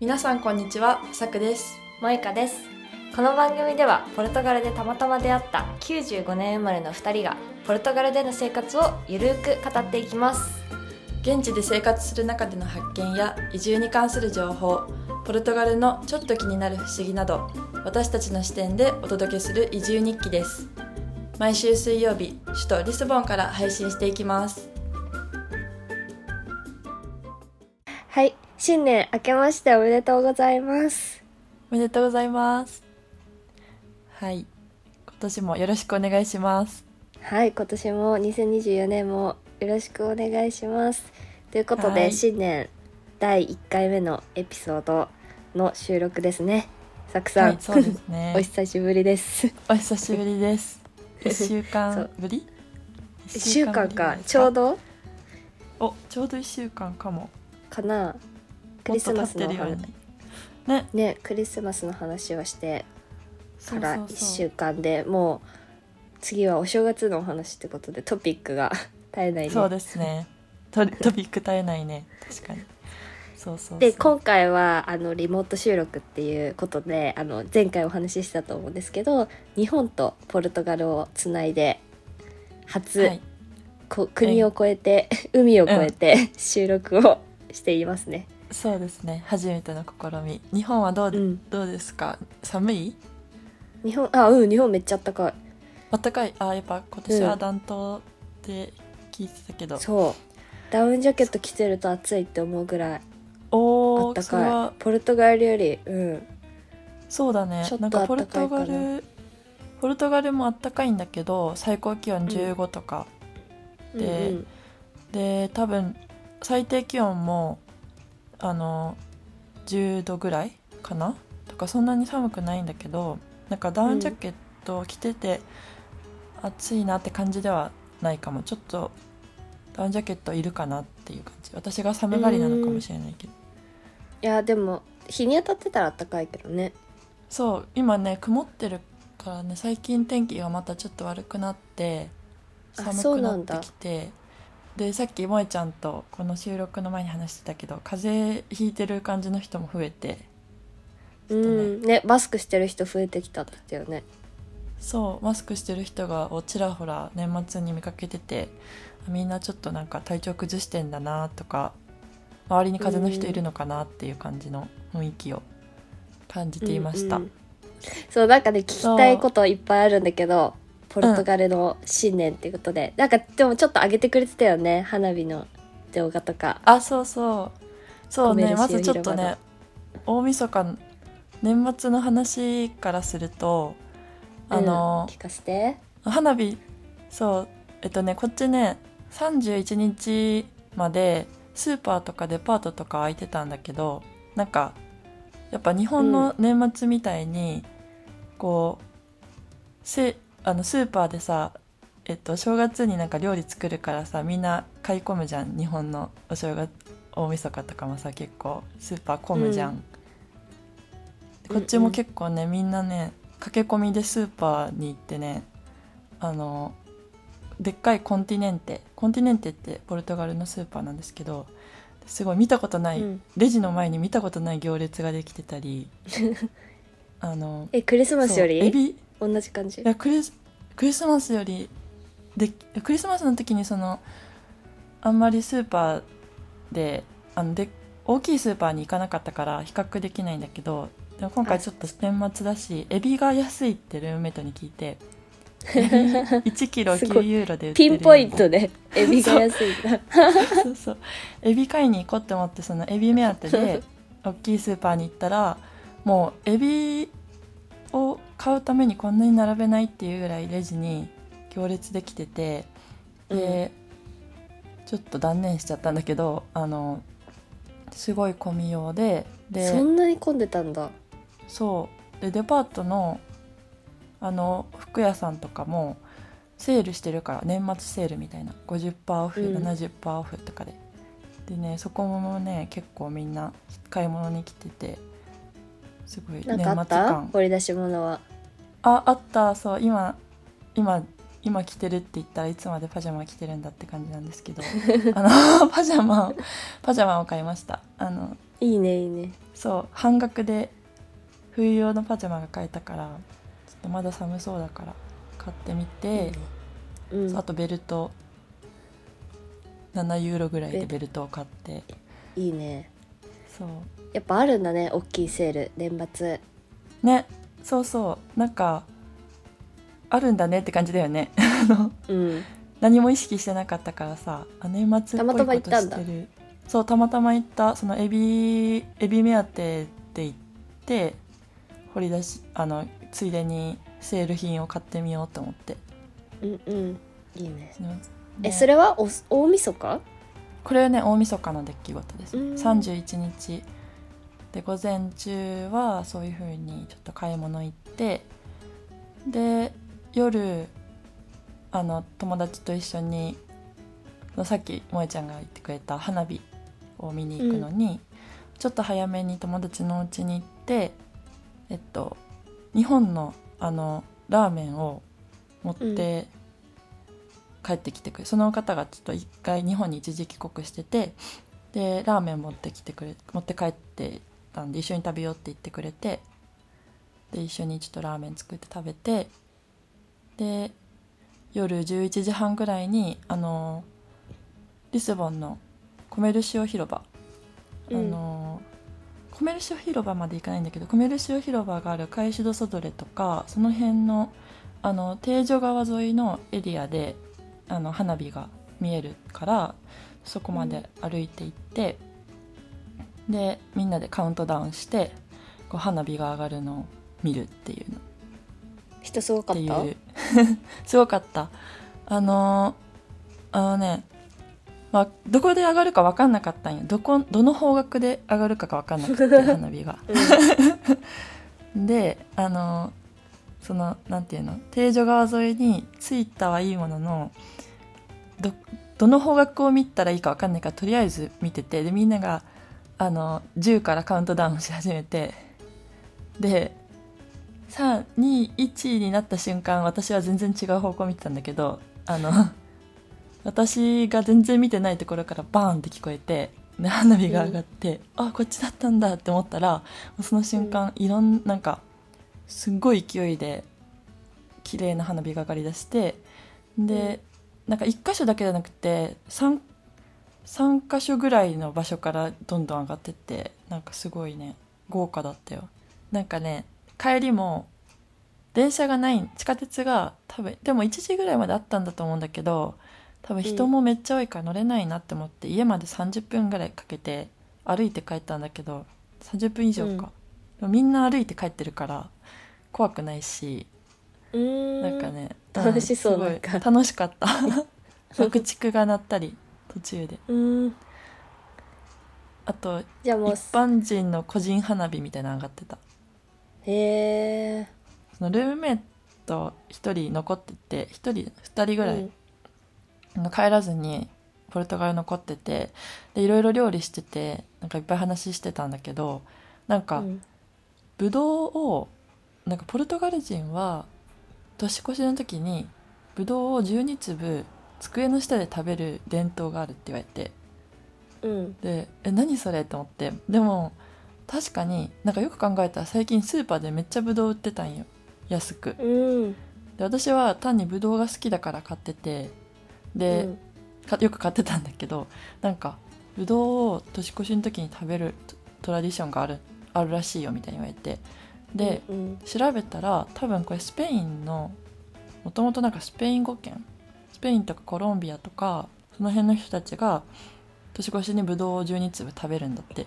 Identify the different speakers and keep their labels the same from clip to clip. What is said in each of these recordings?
Speaker 1: 皆さんこんにちは、さくです。
Speaker 2: 萌香ですこの番組ではポルトガルでたまたま出会った95年生まれの2人がポルトガルでの生活をゆるーく語っていきます
Speaker 1: 現地で生活する中での発見や移住に関する情報、ポルトガルのちょっと気になる不思議など、私たちの視点でお届けする移住日記です。毎週水曜日、首都リスボンから配信していきます。
Speaker 3: はい、新年明けましておめでとうございます。
Speaker 1: おめでとうございます。はい、今年もよろしくお願いします。
Speaker 3: はい、今年も2024年もよろしくお願いします。ということ
Speaker 1: は
Speaker 3: で、
Speaker 1: い
Speaker 3: 新年第1回目のエピソードの収録ですね。さくさ
Speaker 1: は
Speaker 3: ん、
Speaker 1: い、そうですね
Speaker 3: お。久しぶりです。
Speaker 1: お久しぶりです。一週
Speaker 3: そ
Speaker 1: 間
Speaker 3: う
Speaker 1: ぶり？
Speaker 3: 1週間
Speaker 1: ぶり
Speaker 3: か
Speaker 1: で、す
Speaker 3: ちょう。ど
Speaker 1: お、ちょうど一週間かも。
Speaker 3: かな。ク
Speaker 1: もっ
Speaker 3: リ
Speaker 1: と
Speaker 3: ス
Speaker 1: 経
Speaker 3: マ
Speaker 1: っ
Speaker 3: ス
Speaker 1: て
Speaker 3: の
Speaker 1: るよ
Speaker 3: 話
Speaker 1: ね。ね、
Speaker 3: ね、クリスマスの話はして
Speaker 1: そうそ
Speaker 3: か
Speaker 1: う
Speaker 3: ら
Speaker 1: そう
Speaker 3: 1週間でもう次はお正月のお話ってことでトピックが 絶えないね
Speaker 1: そうですね。 トトピック絶えないね。確かに。そうそうそう。
Speaker 3: で今回はあのリモート収録っていうことであの前回お話ししたと思うんですけど日本とポルトガルをつないで初、
Speaker 1: はい、
Speaker 3: こ国を越えて、海を越えて、収録をしていますね。
Speaker 1: そうですね。初めての試み。日本はどう、
Speaker 3: うん、
Speaker 1: どうですか？寒い？
Speaker 3: 日本あうん日本めっちゃ暖かい
Speaker 1: 暖かい。あ、やっぱ今年は暖冬って聞いてたけど。
Speaker 3: そうダウンジャケット着てると暑いって思うぐらい
Speaker 1: おお、
Speaker 3: 暖
Speaker 1: それ
Speaker 3: か
Speaker 1: はい
Speaker 3: ポルトガルよりうん
Speaker 1: そうだね
Speaker 3: ちょっと
Speaker 1: なんかポルトガ
Speaker 3: 暖かいか
Speaker 1: ルポルトガルもあったかいんだけど最高気温15とか、で
Speaker 3: うんうん
Speaker 1: で多分最低気温もあの10度ぐらいかなとかそんなに寒くないんだけどなんかダウンジャケットを着てて暑いなって感じではないかもちょっとダウンジャケットいるかなっていう感じ私が寒がりなのかもしれないけど
Speaker 3: いやでも日に当たってたら暖かいけどね
Speaker 1: そう今ね曇ってるからね最近天気がまたちょっと悪くなって
Speaker 3: あ
Speaker 1: 寒
Speaker 3: そ
Speaker 1: く
Speaker 3: う
Speaker 1: な
Speaker 3: な
Speaker 1: っ
Speaker 3: ん
Speaker 1: て
Speaker 3: だ
Speaker 1: きてでさっき萌ちゃんとこの収録の前に話してたけど風邪ひいてる感じの人も増えてちょっとね
Speaker 3: うんねマスクしてる人増えてきたって言ったよね
Speaker 1: そうマスクしてる人がをちらほら年末に見かけててみんなちょっとなんか体調崩してんだなとか周りに風邪の人いるのかなっていう感じの雰囲気を感じていました。
Speaker 3: うんうんそうなんかね聞きたいこといっぱいあるんだけどポルトガルの新年っていうことで、なんかでもちょっと上げてくれてたよね花火の動画とか
Speaker 1: あそうそうそうね
Speaker 3: コメルシオ
Speaker 1: まずちょっと
Speaker 3: 広場
Speaker 1: ね
Speaker 3: の
Speaker 1: 大晦日年末の話からするとあの
Speaker 3: うん、聞かせて
Speaker 1: 花火そうえっとねこっちね31日までスーパーとかデパートとか開いてたんだけどなんかやっぱ日本の年末みたいに、こうせあのスーパーでさえっと正月になんか料理作るからさみんな買い込むじゃん日本のお正月大晦日とかもさ結構スーパー混むじゃん、こっちも結構ねみんなね駆け込みでスーパーに行ってねあのでっかいコンティネンテコンティネンテってポルトガルのスーパーなんですけどすごい見たことない、
Speaker 3: うん
Speaker 1: レジの前に見たことない行列ができてた りあの
Speaker 3: えクリスマスよ
Speaker 1: そうエ
Speaker 3: り
Speaker 1: ビい
Speaker 3: 同じ感じ
Speaker 1: やクリスクリスマスよりでクリスマスの時にそのあんまりスーパーであので大きいスーパーに行かなかったから比較できないんだけどでも今回ちょっと年末だしエビが安いってルームメイトに聞い て1キロ
Speaker 3: すご
Speaker 1: 9
Speaker 3: い
Speaker 1: ユーロで売ってる
Speaker 3: ピンポイン
Speaker 1: よ
Speaker 3: トでエビが安いんだ
Speaker 1: そうそうエビ買いに行こうって思ってそのエビ目当てで大きいスーパーに行ったらもうエビを買うためにこんなに並べないっていうぐらいレジに行列できててで、ちょっと断念しちゃったんだけどあのすごい混みようでで
Speaker 3: そんなに混んでたんだ
Speaker 1: そうでデパートのあの服屋さんとかもセールしてるから年末セールみたいな50%オフ、
Speaker 3: うん
Speaker 1: 70%オフとかででねそこもね結構みんな買い物に来ててすごい年
Speaker 3: なん
Speaker 1: 末
Speaker 3: かあった
Speaker 1: 感
Speaker 3: 掘り出し物は
Speaker 1: ああったそう今今今着てるって言ったらいつまでパジャマ 着てるんだって感じなんですけどあのパジャマをパジャマを買いましたあの
Speaker 3: いいねいいね
Speaker 1: そう半額で冬用のパジャマが買えたからちょっとまだ寒そうだから買ってみて、
Speaker 3: うん
Speaker 1: そうあとベルト7ユーロぐらいでベルトを買って
Speaker 3: いいね
Speaker 1: そう
Speaker 3: やっぱあるんだね大きいセール年末
Speaker 1: ねそうそうなんかあるんだねって感じだよねあの
Speaker 3: うん
Speaker 1: 何も意識してなかったからさあ年末っぽい
Speaker 3: たまたま
Speaker 1: こ
Speaker 3: 行っ
Speaker 1: と
Speaker 3: た
Speaker 1: し
Speaker 3: んだ
Speaker 1: てるそうたまたま行ったそのエビエビ目当てで行って掘り出しあのついでにセール品を買ってみようと思って、
Speaker 3: うんうんいいね
Speaker 1: ね
Speaker 3: えそれはお大晦日
Speaker 1: これはね大晦日の出来事です、
Speaker 3: うん
Speaker 1: 31日で午前中はそういう風にちょっと買い物行ってで夜あの友達と一緒にそのさっき萌ちゃんが言ってくれた花火を見に行くのに、ちょっと早めに友達の家に行ってえっと日本のあのラーメンを持って帰ってきてくれ、その方がちょっと一回日本に一時帰国しててでラーメン持ってきてくれ持って帰ってたんで一緒に食べようって言ってくれてで一緒にちょっとラーメン作って食べてで夜11時半ぐらいにあのリスボンのコメルシオ広場、
Speaker 3: うん
Speaker 1: あのコメルシオ広場まで行かないんだけどコメルシオ広場があるカイシドソドレとかその辺のあの定女川沿いのエリアであの花火が見えるからそこまで歩いて行って、でみんなでカウントダウンしてこう花火が上がるのを見るっていうの
Speaker 3: 人すごか
Speaker 1: って
Speaker 3: っ
Speaker 1: い
Speaker 3: た
Speaker 1: う すごかったあのーあのね、まあ、どこで上がるか分かんなかったんよどこどの方角で上がるかが分かんなくて 花火が であのそのなんていうの定女川沿いに着いたはいいもののどどの方角を見たらいいか分かんないからとりあえず見ててでみんながあの10からカウントダウンし始めてで321になった瞬間私は全然違う方向を見てたんだけどあの 私が全然見てないところからバーンって聞こえてで花火が上がって、あこっちだったんだって思ったらその瞬間、いろんなんかすっごい勢いで綺麗な花火が上がりだしてで、なんか1箇所だけじゃなくて 3, 三箇所ぐらいの場所からどんどん上がってってなんかすごいね豪華だったよなんかね帰りも電車がない地下鉄が多分でも1時ぐらいまであったんだと思うんだけど多分人もめっちゃ多いから乗れないなって思って、家まで30分ぐらいかけて歩いて帰ったんだけど30分以上か、でもみんな歩いて帰ってるから怖くないし
Speaker 3: うーん
Speaker 1: なんかね、
Speaker 3: うん楽しそう
Speaker 1: すごい
Speaker 3: なんか
Speaker 1: 楽しかった 爆竹が鳴ったり途中で
Speaker 3: うーん
Speaker 1: あと
Speaker 3: じゃあもう
Speaker 1: 一般人の個人花火みたいなの上がってた
Speaker 3: へえ
Speaker 1: そのルームメイト1人残ってて1人2人ぐらい、あの帰らずにポルトガル残っててでいろいろ料理しててなんかいっぱい話してたんだけどなんか、
Speaker 3: うん
Speaker 1: ぶどうをなんかポルトガル人は年越しの時にぶどうを12粒机の下で食べる伝統があるって言われて
Speaker 3: うん
Speaker 1: でえ何それと思ってでも確かになんかよく考えたら最近スーパーでめっちゃぶどう売ってたんよ安く
Speaker 3: うん
Speaker 1: で私は単にぶどうが好きだから買っててで、
Speaker 3: うん
Speaker 1: かよく買ってたんだけどなんかぶどうを年越しの時に食べるトトラディションがあるあるらしいよみたいに言われてで、
Speaker 3: うん
Speaker 1: 調べたら多分これスペインのもともとなんかスペイン語圏スペインとかコロンビアとかその辺の人たちが年越しにぶどうを12粒食べるんだって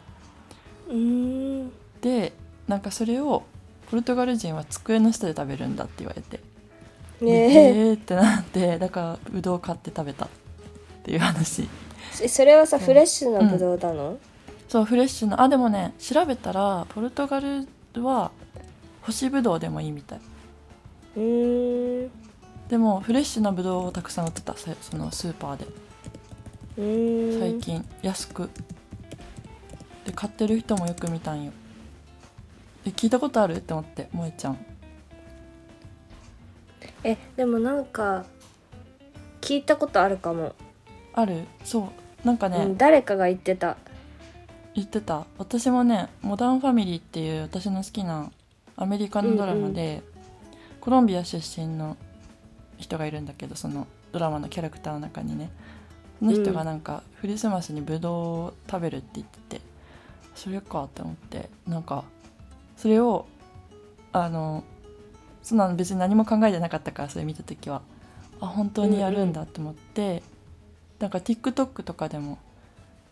Speaker 3: うーん
Speaker 1: でなんかそれをポルトガル人は机の下で食べるんだって言われてで
Speaker 3: ねえ
Speaker 1: へーってなってだからぶどう買って食べたっていう話
Speaker 3: えそれはさ
Speaker 1: うん
Speaker 3: フレッシュなぶどうなの
Speaker 1: そうフレッシュなあでもね調べたらポルトガルは干しぶどうでもいいみたいう
Speaker 3: ーんう
Speaker 1: でもフレッシュなぶどうをたくさん売ってたさそのスーパーで
Speaker 3: ーん
Speaker 1: 最近安くで買ってる人もよく見たんよで聞いたことあるって思って萌ちゃん
Speaker 3: えでもなんか聞いたことあるかも、
Speaker 1: あるそうなんかね、
Speaker 3: うん誰かが言ってた
Speaker 1: 言ってた私もね「モダンファミリー」っていう私の好きなアメリカのドラマで、コロンビア出身の人がいるんだけどそのドラマのキャラクターの中にねその人がなんかクリスマスにブドウを食べるって言っててそれかって思ってなんかそれをあのそんなの別に何も考えてなかったからそれ見た時はあ本当にやるんだって思って、なんか TikTok とかでも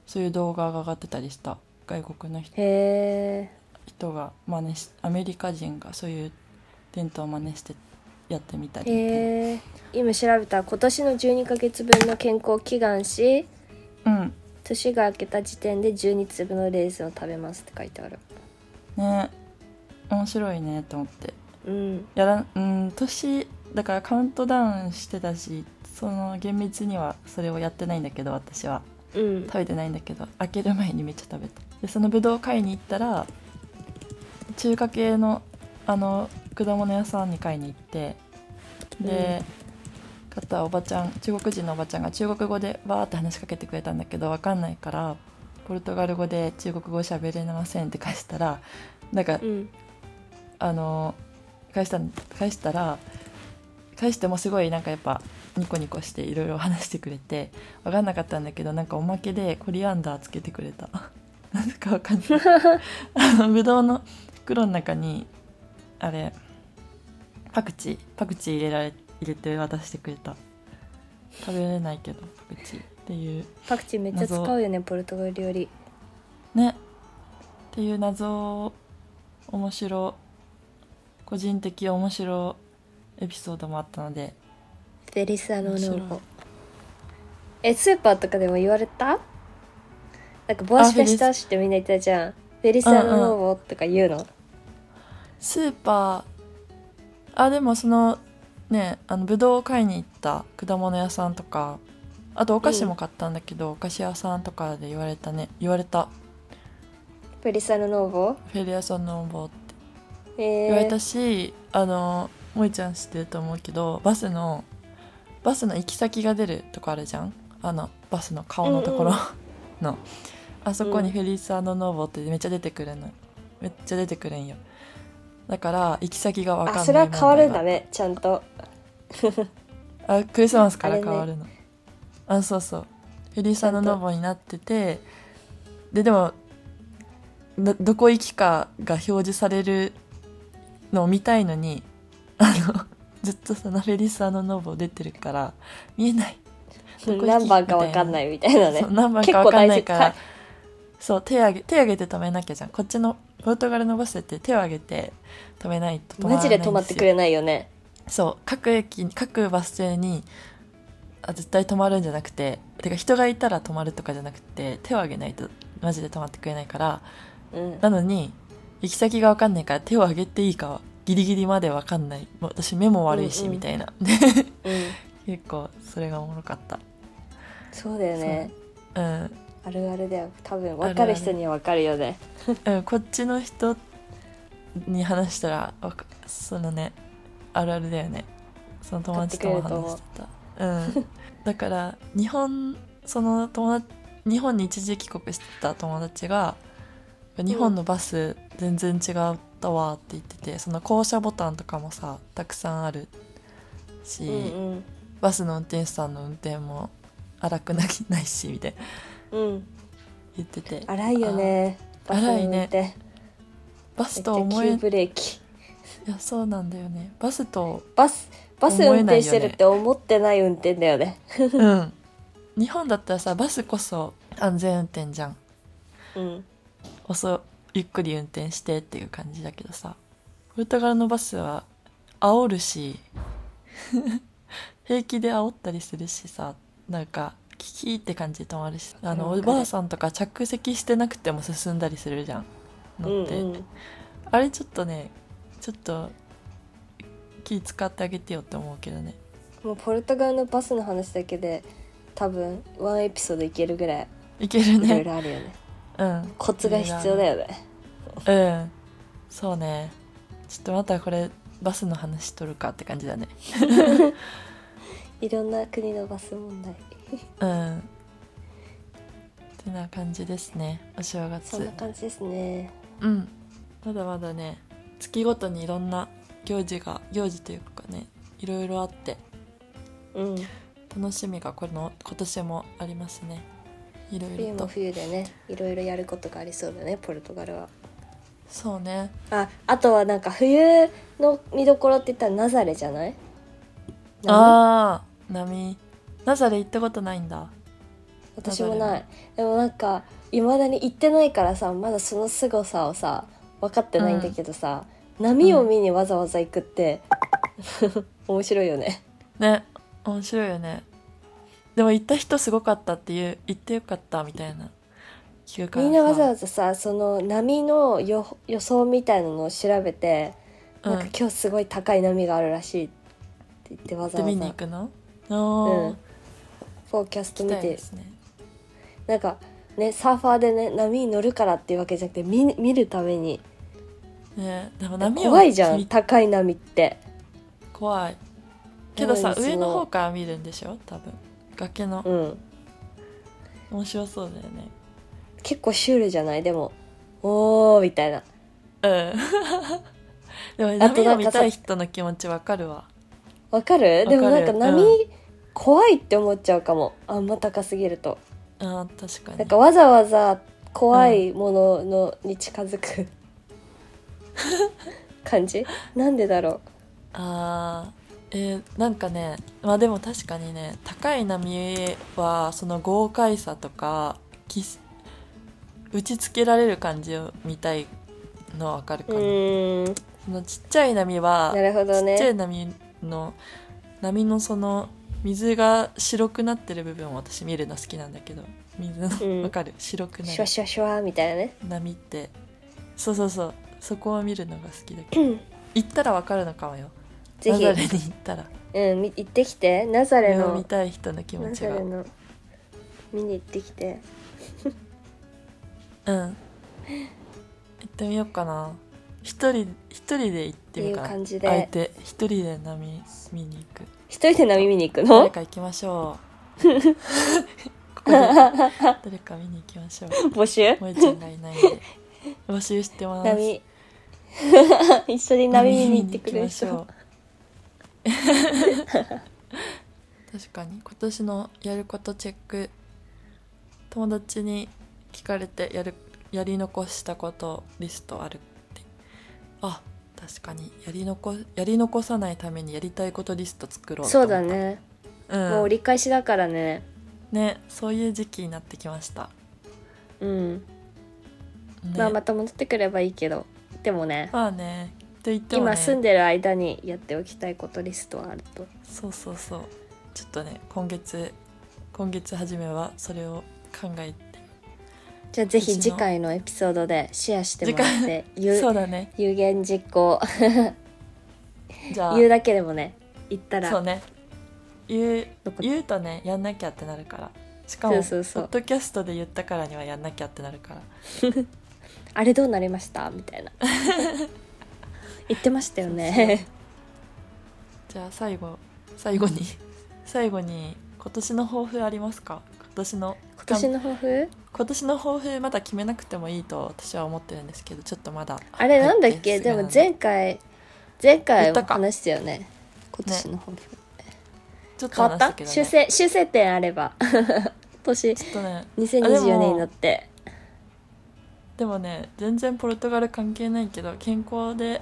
Speaker 1: そういう動画が上がってたりした外国の人
Speaker 3: へえ
Speaker 1: 人が真似しアメリカ人がそういう伝統を真似してやってみたりみたいな
Speaker 3: へえ今調べた今年の12ヶ月分の健康祈願し
Speaker 1: うん
Speaker 3: 年が明けた時点で12粒のレーズンを食べますって書いてある
Speaker 1: ね面白いねと思って
Speaker 3: うん
Speaker 1: やらうん年だからカウントダウンしてたしその厳密にはそれをやってないんだけど私は
Speaker 3: うん
Speaker 1: 食べてないんだけど開ける前にめっちゃ食べたでそのぶどう買いに行ったら中華系のあの果物屋さんに買いに行ってで、買ったおばちゃん中国人のおばちゃんが中国語でバーって話しかけてくれたんだけど分かんないからポルトガル語で中国語喋れませんって返したらなんか
Speaker 3: うん
Speaker 1: あの返した返したら返してもすごいなんかやっぱニコニコしていろいろ話してくれて分かんなかったんだけどなんかおまけでコリアンダーつけてくれた なんかわかんないあのぶどうの袋の中にあれパクチーパクチー入れられ入れて渡してくれた食べれないけどパクチーっていう
Speaker 3: パクチーめっちゃ使うよねポルトガル料理
Speaker 1: ねっていう謎面白個人的面白エピソードもあったので
Speaker 3: ベリサノヌー
Speaker 1: 面白
Speaker 3: ボ
Speaker 1: い
Speaker 3: えスーパーとかでも言われたなんか帽子貸したしってみんな言ってたじゃんベリサノヌーボとか言うの
Speaker 1: スーパーあでもそのねあのぶどうを買いに行った果物屋さんとかあとお菓子も買ったんだけど、お菓子屋さんとかで言われたね言われた
Speaker 3: ベリサノヌーボ
Speaker 1: フェリアさんのお坊って
Speaker 3: え
Speaker 1: 言われた
Speaker 3: ー、
Speaker 1: し、あの萌ちゃん知ってると思うけどバスのバスの行き先が出るとこあるじゃんあのバスの顔のところ
Speaker 3: うん
Speaker 1: の、あそこ
Speaker 3: う
Speaker 1: に
Speaker 3: ん
Speaker 1: フェリスノボってめっちゃ出てくるのめっちゃ出てくるんよだから行き先が分かんない
Speaker 3: あそれは変わるんだ
Speaker 1: 問
Speaker 3: ねちゃんと
Speaker 1: 題があクリスマスから
Speaker 3: あれ
Speaker 1: 変
Speaker 3: ね
Speaker 1: わるのあ,、そうそうフェリスノボになっててででもどどこ行きかが表示されるのを見たいのにあの ずっとそのフェリス・アノ・ノーボ出てるから見えないどこ行き
Speaker 3: 何番かわかんないみたいなね
Speaker 1: そう何番
Speaker 3: 結
Speaker 1: か
Speaker 3: 構
Speaker 1: 分かん
Speaker 3: 大
Speaker 1: ない
Speaker 3: 切
Speaker 1: か
Speaker 3: から
Speaker 1: そう手上げ手上げて止めなきゃじゃんこっちのポルトガルのバスって手を上げて止めないと止まらない
Speaker 3: マジ
Speaker 1: んで
Speaker 3: です
Speaker 1: よ
Speaker 3: 止まってくれないよね
Speaker 1: そう各駅各バス停にあ絶対止まるんじゃなくててか人がいたら止まるとかじゃなくて手を上げないとマジで止まってくれないから
Speaker 3: うん
Speaker 1: なのに行き先が分かんないから手を挙げていいかはギリギリまで分かんないもう私目も悪いし、
Speaker 3: うんうん
Speaker 1: みたいな
Speaker 3: うん
Speaker 1: 結構それがおもろかった
Speaker 3: そうだよね
Speaker 1: うん、
Speaker 3: あるあるだよ多分
Speaker 1: ある
Speaker 3: 分かる人には分かるよね
Speaker 1: うん、こっちの人に話したらわかそのねあるあるだよねその友達とも話してたうん、だから日本その友達日本に一時帰国してた友達が日本のバス全然違ったわって言っててその降車ボタンとかもさたくさんあるし、
Speaker 3: うん
Speaker 1: バスの運転手さんの運転も荒くなきないしみたいな
Speaker 3: うんうん
Speaker 1: 言ってて
Speaker 3: 荒いよね
Speaker 1: あ
Speaker 3: バスの
Speaker 1: 荒いね
Speaker 3: 運転
Speaker 1: バス
Speaker 3: めっちゃ
Speaker 1: と思え
Speaker 3: 急ブレーキ
Speaker 1: いやそうなんだよねバスと
Speaker 3: バスバス
Speaker 1: 思えないよね
Speaker 3: 運転してるって思ってない運転だよね
Speaker 1: うん日本だったらさバスこそ安全運転じゃん
Speaker 3: うん
Speaker 1: 遅ゆっくり運転してっていう感じだけどさポルトガルのバスは煽る し平気で煽ったりするしさなんかキキーって感じで止まるしあの
Speaker 3: わか
Speaker 1: お
Speaker 3: る
Speaker 1: ばあさんとか着席してなくても進んだりするじゃん
Speaker 3: う
Speaker 1: 乗
Speaker 3: ん
Speaker 1: って、
Speaker 3: うん
Speaker 1: あれちょっとねちょっと気使ってあげてよって思うけどね
Speaker 3: もうポルトガルのバスの話だけで多分ワンエピソードいけるぐらい
Speaker 1: いける
Speaker 3: いろい
Speaker 1: ね
Speaker 3: ろあるよね
Speaker 1: うん
Speaker 3: コツが必要だよね
Speaker 1: うんそうねちょっとまたこれバスの話しとるかって感じだね
Speaker 3: いろんな国のバス問題
Speaker 1: うんてな感じですねお正
Speaker 3: そ
Speaker 1: 月
Speaker 3: んな感じですね
Speaker 1: うんまだまだね月ごとにいろんな行事が行事というかねいろいろあって
Speaker 3: うん
Speaker 1: 楽しみがこの今年もありますねいろい
Speaker 3: 冬
Speaker 1: ろ
Speaker 3: も
Speaker 1: と
Speaker 3: 冬でねいろいろやることがありそうだねポルトガルは
Speaker 1: そうね
Speaker 3: ああとはなんか冬の見どころって言ったらナザレじゃないあ
Speaker 1: ああ波ナザレ行ったことないんだ
Speaker 3: 私も
Speaker 1: ナザ
Speaker 3: な
Speaker 1: レ
Speaker 3: いでもなんかいまだに行ってないからさまだその凄さをさ分かってないんだけどさ、波を見にわざわざ行くって、 面白いよね
Speaker 1: ね面白いよねでも行った人すごかったっていう行ってよかったみたいな聞くから
Speaker 3: みんなわざわざさその波の予予想みたいなのを調べて、
Speaker 1: うん、
Speaker 3: なんか今日すごい高い波があるらしいって言ってわざ
Speaker 1: で
Speaker 3: わ
Speaker 1: 見に行
Speaker 3: ざ
Speaker 1: くのおー、
Speaker 3: うんフォーキャスト
Speaker 1: 行き
Speaker 3: 見
Speaker 1: たい
Speaker 3: て
Speaker 1: ですね
Speaker 3: なんかねサーファーでね波に乗るからっていうわけじゃなくて見見るために
Speaker 1: ねでも波を
Speaker 3: 怖いじゃん
Speaker 1: 見
Speaker 3: 高い波って
Speaker 1: 怖いけどさ
Speaker 3: なのに
Speaker 1: 上
Speaker 3: そ
Speaker 1: の方から見るんでしょ多分崖の
Speaker 3: うん
Speaker 1: 面白そうだよね
Speaker 3: 結構シュールじゃないでもおーみたいな
Speaker 1: うんでも
Speaker 3: あと
Speaker 1: 波
Speaker 3: な
Speaker 1: を
Speaker 3: ん
Speaker 1: 見
Speaker 3: かさ
Speaker 1: たい人の気持ちわかるわ
Speaker 3: わか
Speaker 1: わ
Speaker 3: る
Speaker 1: かる
Speaker 3: でもなんか波、
Speaker 1: う
Speaker 3: 怖いって思っちゃうかもあんま高すぎると
Speaker 1: あー確かに
Speaker 3: なんかわざわざ怖いもののに近づく、 感じなんでだろ
Speaker 1: あーえーなんかねまあでも確かにね高い波はその豪快さとかき打ちつけられる感じを見たいのはわかる
Speaker 3: う
Speaker 1: かな、
Speaker 3: うーん
Speaker 1: そのちっちゃい波は
Speaker 3: なるほど
Speaker 1: ちっちゃい
Speaker 3: ね
Speaker 1: 波の波のその水が白くなってる部分を私見るの好きなんだけど水の、
Speaker 3: うん
Speaker 1: わかる白くな
Speaker 3: シュ
Speaker 1: る
Speaker 3: ワシュワシュワみたいなね
Speaker 1: 波ってそうそうそうそこを見るのが好きだけど、行ったらわかるのかもよ
Speaker 3: ぜ
Speaker 1: ナ
Speaker 3: ひ
Speaker 1: ザレに行ったら
Speaker 3: うんみ行ってきてナザ
Speaker 1: そ
Speaker 3: レ
Speaker 1: れを
Speaker 3: の
Speaker 1: 見たい人の気持
Speaker 3: ナ
Speaker 1: ち
Speaker 3: ザ
Speaker 1: が
Speaker 3: レの見に行ってきて
Speaker 1: うん行ってみようかな一人一人で行ってみようかな
Speaker 3: っていう感じで
Speaker 1: あえて一人で波見に行く
Speaker 3: 一人で波見に行く
Speaker 1: 誰
Speaker 3: の
Speaker 1: か行きましょ うここで誰か見に行きましょう
Speaker 3: 募集
Speaker 1: 萌えちゃんがいないんで募集してます
Speaker 3: 波 一緒に波見に行ってくれ
Speaker 1: 波
Speaker 3: る人
Speaker 1: 見に行きましょう確かに今年のやることチェック友達に聞かれてやるやり残したことリストあるってあ確かにやり残やり残さないためにやりたいことリスト作ろうと
Speaker 3: そ
Speaker 1: 思
Speaker 3: う
Speaker 1: った
Speaker 3: だ、ね、
Speaker 1: うん、
Speaker 3: もう折り返しだからね
Speaker 1: ねそういう時期になってきました、
Speaker 3: うん、
Speaker 1: ね
Speaker 3: まあまた戻ってくればいいけどでもね
Speaker 1: まあねと言ってもね
Speaker 3: 今住んでる間にやっておきたいことリストはあると
Speaker 1: そうそうそうちょっとね今月今月初めはそれを考えて
Speaker 3: じゃあぜ
Speaker 1: うち
Speaker 3: ひ
Speaker 1: の
Speaker 3: 次回のエピソードでシェアしてもらって有
Speaker 1: そうだね
Speaker 3: 有言実行
Speaker 1: じゃあ
Speaker 3: 言うだけでもね言った
Speaker 1: そう
Speaker 3: ら
Speaker 1: ね言う
Speaker 3: どこ
Speaker 1: 言うとねやんなきゃってなるからしかも
Speaker 3: そうそうそう
Speaker 1: ポッドキャストで言ったからにはやんなきゃってなるから
Speaker 3: あれどうなりましたみ たいな言ってましたよね
Speaker 1: じゃあ最後最後に 最後に今年の抱負ありますか今年の
Speaker 3: 今年の抱負
Speaker 1: 今年の抱負まだ決めなくてもいいと私は思ってるんですけどちょっとまだ
Speaker 3: あれなんだっ
Speaker 1: 入
Speaker 3: け
Speaker 1: てす
Speaker 3: で
Speaker 1: ぐな
Speaker 3: も
Speaker 1: ん
Speaker 3: 前回前
Speaker 1: 言
Speaker 3: 回
Speaker 1: った
Speaker 3: も
Speaker 1: か
Speaker 3: 話したよね今年の抱負、
Speaker 1: ちょっと
Speaker 3: 変わ
Speaker 1: 話し
Speaker 3: っ
Speaker 1: た
Speaker 3: た
Speaker 1: けど、ね、
Speaker 3: 修正修正点あれば 年
Speaker 1: ちょっとね
Speaker 3: 2024年になって
Speaker 1: でもね全然ポルトガル関係ないけど健康で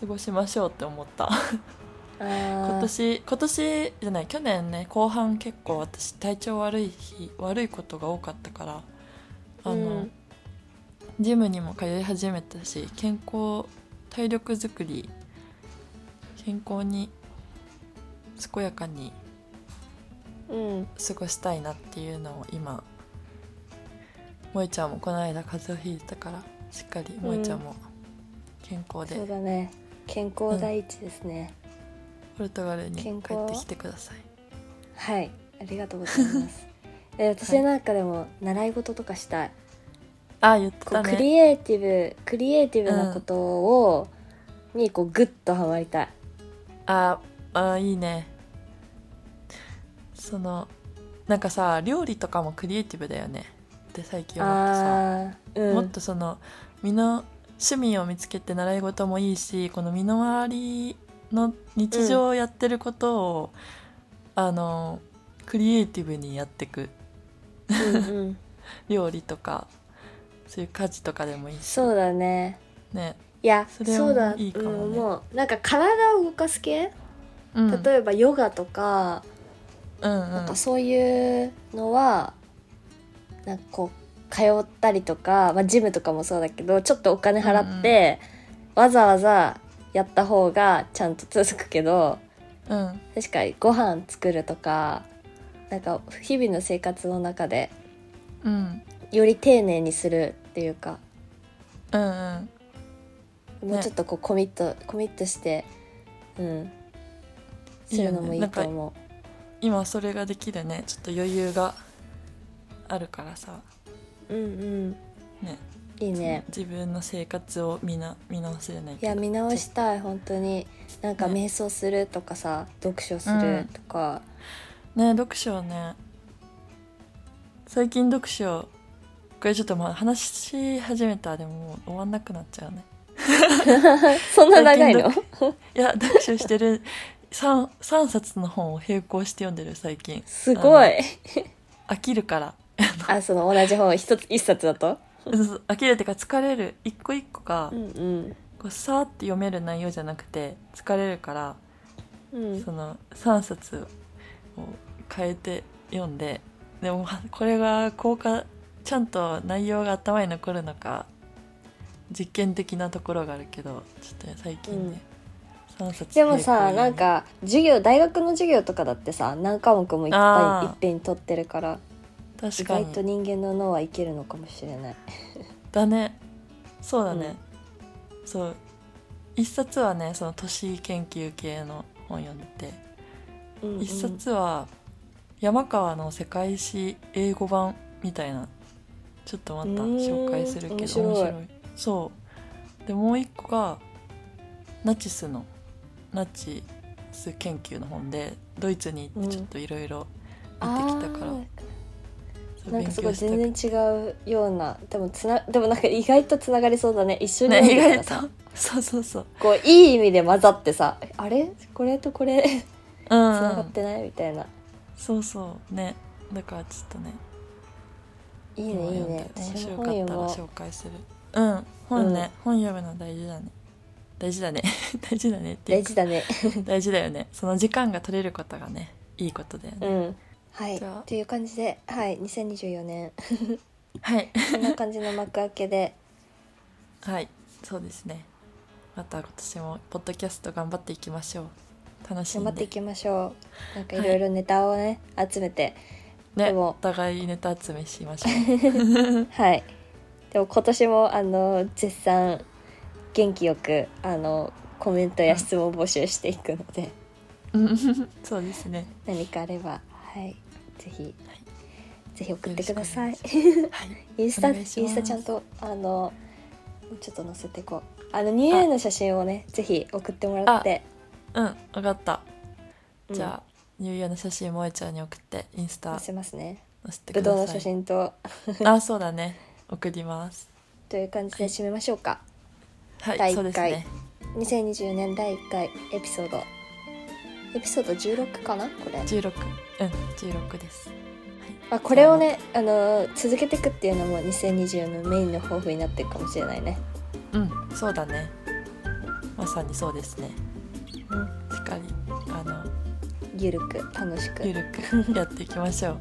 Speaker 1: 過ごしましょうって思った今
Speaker 3: 今
Speaker 1: 年今年じゃない去年ね後半結構私体調悪い日悪いことが多かったからあの、
Speaker 3: うん
Speaker 1: ジムにも通い始めたし健康体力づくり健康に健やかに
Speaker 3: うん
Speaker 1: 過ごしたいなっていうのを今萌ちゃんもこの間風邪をひいたからしっかり萌ちゃんも健康で
Speaker 3: そうだね健康第一ですね、
Speaker 1: ポルトガルに帰
Speaker 3: 健
Speaker 1: って
Speaker 3: 康
Speaker 1: きてください。
Speaker 3: はいありがとうございます え私なんかでも習い事とかしたい、
Speaker 1: あ言って
Speaker 3: こ
Speaker 1: た
Speaker 3: うク
Speaker 1: ね。
Speaker 3: リエイティブクリエイティブなことを、にこうグッとハマりたい
Speaker 1: ああいいね。そのなんかさ料理とかもクリエイティブだよね。って最近思ってさ、
Speaker 3: あーうん
Speaker 1: もっとその身の趣味を見つけて習い事もいいしこの身の回りの日常をやってることを、あのクリエイティブにやっていく
Speaker 3: うんうん
Speaker 1: 料理とかそういう家事とかでもいいし
Speaker 3: そうだね
Speaker 1: ね、
Speaker 3: いや
Speaker 1: そ
Speaker 3: そ
Speaker 1: れも
Speaker 3: うだ
Speaker 1: いいかもね
Speaker 3: うん、もうなんか体を動かす系、
Speaker 1: うん、
Speaker 3: 例えばヨガとか、
Speaker 1: うんう
Speaker 3: なん
Speaker 1: ん
Speaker 3: かそういうのはなんかこう通ったりとか、まあ、ジムとかもそうだけどちょっとお金払って、わざわざやった方がちゃんと続くけど
Speaker 1: うん
Speaker 3: 確かにご飯作るとかなんか日々の生活の中で
Speaker 1: うん
Speaker 3: より丁寧にするっていうか
Speaker 1: うんうん
Speaker 3: もうちょっとこうコミット、コミットしてうんするのもい
Speaker 1: いいよねないんか
Speaker 3: と思う。
Speaker 1: 今それができるねちょっと余裕があるからさ
Speaker 3: うんうん
Speaker 1: ね
Speaker 3: いいね
Speaker 1: 自分の生活を見な見直せない
Speaker 3: いや見直したい本当になんか
Speaker 1: ね
Speaker 3: 瞑想するとかさ、読書す
Speaker 1: うん
Speaker 3: るとか、
Speaker 1: ね読書ね最近読書これちょっとまあ話し始めたらでももう終わんなくなっちゃうね
Speaker 3: そんな長いの
Speaker 1: 最いや読書してる 3, 三冊の本を並行して読んでる最近
Speaker 3: すごい
Speaker 1: 飽きるから
Speaker 3: あその同じ本一つ一冊だと
Speaker 1: うん飽きるっていうか疲れる一個一個が
Speaker 3: うんうん
Speaker 1: こうさーって読める内容じゃなくて疲れるから
Speaker 3: うん
Speaker 1: その3冊を変えて読んででもはこれが効果ちゃんと内容が頭に残るのか実験的なところがあるけどちょっとね最近ね、三3冊
Speaker 3: でもさ
Speaker 1: 並行読み
Speaker 3: なんか授業大学の授業とかだってさ何科目もいっぱ
Speaker 1: あ
Speaker 3: い
Speaker 1: ー
Speaker 3: いっぺんに取ってるから意
Speaker 1: 確か
Speaker 3: 外と
Speaker 1: に
Speaker 3: 人間の脳はいけるのかもしれない
Speaker 1: だねそうだね、そう1冊はねその都市研究系の本読んでて
Speaker 3: うんうん
Speaker 1: 1冊は山川の世界史英語版みたいなちょっとまた
Speaker 3: うーん
Speaker 1: 紹介するけど面
Speaker 3: 面
Speaker 1: 白
Speaker 3: 白
Speaker 1: い
Speaker 3: い
Speaker 1: そうでもう一個がナチスのナチス研究の本でドイツに行ってちょっといろいろ見てきたから、
Speaker 3: あー
Speaker 1: そう
Speaker 3: なんか
Speaker 1: 勉
Speaker 3: す
Speaker 1: 強
Speaker 3: ごい
Speaker 1: したくて
Speaker 3: 全然違うようなでもつなでもなんか意外とつながりそうだね一緒に
Speaker 1: ね
Speaker 3: 読ん
Speaker 1: 意
Speaker 3: でた
Speaker 1: 外
Speaker 3: らさ
Speaker 1: と そうそうそう
Speaker 3: こういい意味で混ざってさあれこれとこれつ
Speaker 1: うんうん、
Speaker 3: ながってないみたいな
Speaker 1: そうそうねだからちょっとね
Speaker 3: いい
Speaker 1: 今
Speaker 3: ねいい
Speaker 1: 読ん
Speaker 3: ね
Speaker 1: で面
Speaker 3: 私
Speaker 1: 白
Speaker 3: も
Speaker 1: か
Speaker 3: 本読
Speaker 1: った
Speaker 3: も
Speaker 1: ら紹介するうん本ね、本読むの大事だね大事だね 大事だねっ
Speaker 3: う
Speaker 1: ていう
Speaker 3: 大
Speaker 1: か
Speaker 3: 事だね
Speaker 1: 大事だよねその時間が取れることがねいいことだよ
Speaker 3: う
Speaker 1: ね、
Speaker 3: んはい
Speaker 1: じゃあ
Speaker 3: という感じではい2024年
Speaker 1: はい
Speaker 3: こんな感じの幕開けで
Speaker 1: はいそうですねまた今年もポッドキャスト頑張っていきましょう楽しん
Speaker 3: 頑
Speaker 1: で
Speaker 3: 張っていきましょうなんかいろいろネタをね集めて
Speaker 1: ね
Speaker 3: でも
Speaker 1: お互いネタ集めしましょ
Speaker 3: はいでも今年もあの絶賛元気よくあのコメントや質問募集していくので
Speaker 1: う うん そうですね
Speaker 3: 何かあればはいぜひ
Speaker 1: はい
Speaker 3: ぜひ送ってくださ
Speaker 1: よ
Speaker 3: い
Speaker 1: ろしくお願いし ますはい
Speaker 3: インスタ
Speaker 1: お
Speaker 3: イ
Speaker 1: 願
Speaker 3: ン
Speaker 1: いします
Speaker 3: スタちゃんとあのちょっと載せていこうあのニューエイの写真をねぜひ送ってもらって
Speaker 1: うん分かった
Speaker 3: うん
Speaker 1: じゃあ、ニューイヤーの写真もえちゃんに送ってインスタ
Speaker 3: 載
Speaker 1: 載
Speaker 3: せますね
Speaker 1: せて
Speaker 3: ぶ
Speaker 1: く
Speaker 3: どう
Speaker 1: だ
Speaker 3: の
Speaker 1: さ
Speaker 3: 写
Speaker 1: い
Speaker 3: 真と
Speaker 1: あそうだね送ります
Speaker 3: という感じで締めましょうか
Speaker 1: はい、
Speaker 3: 第一回
Speaker 1: そうですね
Speaker 3: 2020年第1回エピソードエピソード16かなこれ
Speaker 1: 16うん16です
Speaker 3: あこれをねあの続けていくっていうのも2020のメインの抱負になってるかもしれないね
Speaker 1: うんそうだねまさにそうですね
Speaker 3: うん
Speaker 1: しっかりあの
Speaker 3: ゆるく楽しく
Speaker 1: ゆるく やっていきましょう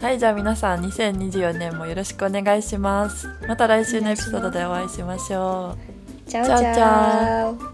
Speaker 1: はいじゃあ皆さん2024年もよろしくお願いしますまた来週のエピソードでお会いしましょう
Speaker 3: チャオ
Speaker 1: チ
Speaker 3: チ
Speaker 1: ャオチャ
Speaker 3: ャオ